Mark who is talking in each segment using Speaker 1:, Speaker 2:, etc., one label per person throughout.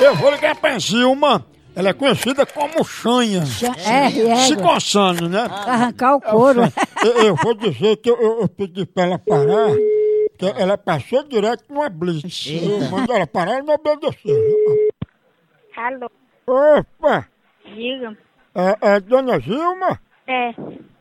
Speaker 1: eu vou ligar pra Zilma. Ela é conhecida como Chanha.
Speaker 2: É, é,
Speaker 1: Se coçando, né?
Speaker 2: Arrancar o couro.
Speaker 1: Eu, eu vou dizer que eu, eu pedi pra ela parar, porque ela passou direto numa blitz. Eu mando ela parar e não obedeceu.
Speaker 3: Alô,
Speaker 1: Opa!
Speaker 3: Tá diga.
Speaker 1: É, é Dona Zilma?
Speaker 3: É,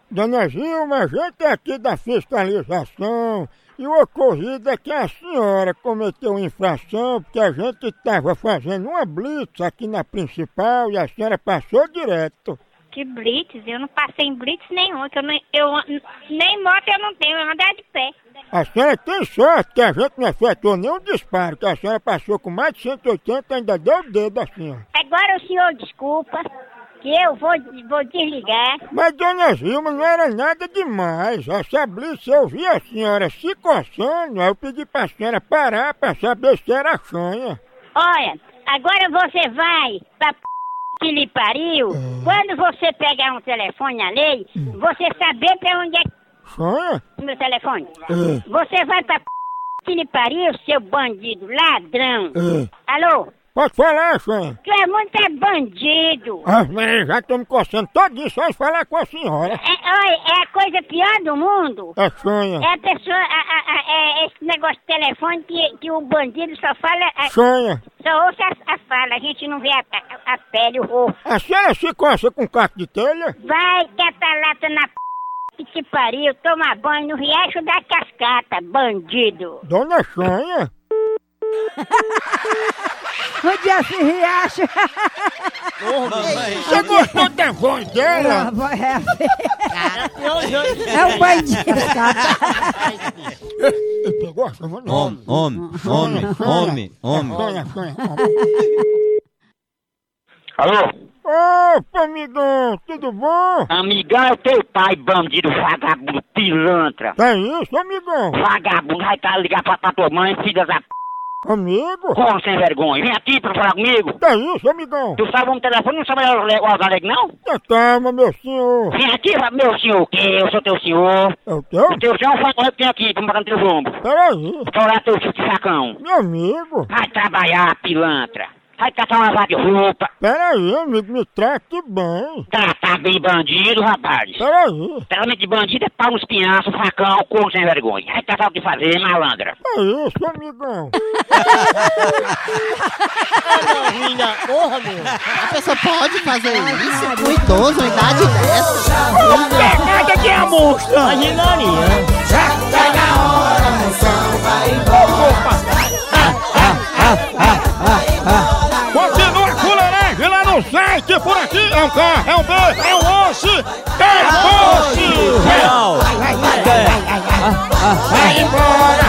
Speaker 1: Dona Zilma, a gente é aqui da fiscalização e o ocorrido é que a senhora cometeu infração porque a gente estava fazendo uma blitz aqui na principal e a senhora passou direto.
Speaker 3: de blitz. Eu não passei em blitz nenhum, que eu, não, eu an- nem moto eu não tenho, eu andar de pé.
Speaker 1: A senhora tem sorte que a gente não efetuou nenhum disparo, que a senhora passou com mais de 180 e ainda deu o dedo à senhora.
Speaker 3: Agora o senhor desculpa, que eu vou, vou desligar.
Speaker 1: Mas Dona Zilma não era nada demais. Essa blitz eu vi a senhora se coçando, aí eu pedi pra senhora parar pra saber se era chanha.
Speaker 3: Olha, agora você vai pra p... que lhe pariu. Quando você pegar um telefone alheio, você saber pra onde é que
Speaker 1: Chanha?
Speaker 3: é meu telefone.
Speaker 1: Ah.
Speaker 3: Você vai pra p... que lhe pariu, seu bandido, ladrão. Alô,
Speaker 1: Pode falar, Chanha.
Speaker 3: tu é muito é bandido.
Speaker 1: Ah, mas já tô me coçando todinho só de falar com a senhora.
Speaker 3: É, olha, é a coisa pior do mundo.
Speaker 1: É chanha.
Speaker 3: É a pessoa, a- a- a- é esse negócio de telefone que, que o bandido só fala, a-
Speaker 1: Chanha.
Speaker 3: só ouve a, a fala, a gente não vê a, a- a pele, o rosto.
Speaker 1: A senhora se coça com um caco de telha?
Speaker 3: Vai, cata lata na p que te pariu, toma banho no riacho da cascata, bandido.
Speaker 1: Dona Chanha?
Speaker 2: Onde é esse riacho?
Speaker 1: Você gostou da voz dela?
Speaker 2: É um bandido.
Speaker 1: Eu gosto, vou não.
Speaker 4: Homem, homem, homem, homem, homem.
Speaker 1: Sonha, sonha.
Speaker 5: Alô?
Speaker 1: Opa, amigão, tudo bom?
Speaker 5: Amigão é teu pai, bandido, vagabundo, pilantra.
Speaker 1: Tá isso, amigão?
Speaker 5: Vagabundo, vai pra ligar pra, pra tua mãe, filha da p...
Speaker 1: Amigo?
Speaker 5: Como sem vergonha? Vem aqui pra falar comigo.
Speaker 1: Tá isso, amigão?
Speaker 5: Tu sabe um telefone, não sabe o Algareg, não?
Speaker 1: Tá calma, meu senhor.
Speaker 5: Vem aqui, fa- meu senhor, que eu sou teu senhor.
Speaker 1: É o teu?
Speaker 5: O teu senhor faz o que tem aqui pra botar no teu ombro.
Speaker 1: Peraí.
Speaker 5: Chorar teu chute sacão.
Speaker 1: Meu amigo?
Speaker 5: Vai trabalhar, pilantra. Vai catar uma vaga de roupa.
Speaker 1: Peraí, amigo, me trate bem.
Speaker 5: Tá, tá bem bandido, rapaz.
Speaker 1: Peraí.
Speaker 5: Geralmente bandido é pau nos pinhaços, facão, corno sem vergonha. Aí tá sabe o que fazer, malandra.
Speaker 1: É isso, amigão.
Speaker 6: A pessoa pode fazer isso? Um idoso, uma idade dessa?
Speaker 5: Verdade aqui é a monstro. Imaginaria.
Speaker 1: Continua fuleiragem lá no site por aqui. É um K, é um B, é um osso. É osso.
Speaker 4: Tchau.
Speaker 1: Vai embora.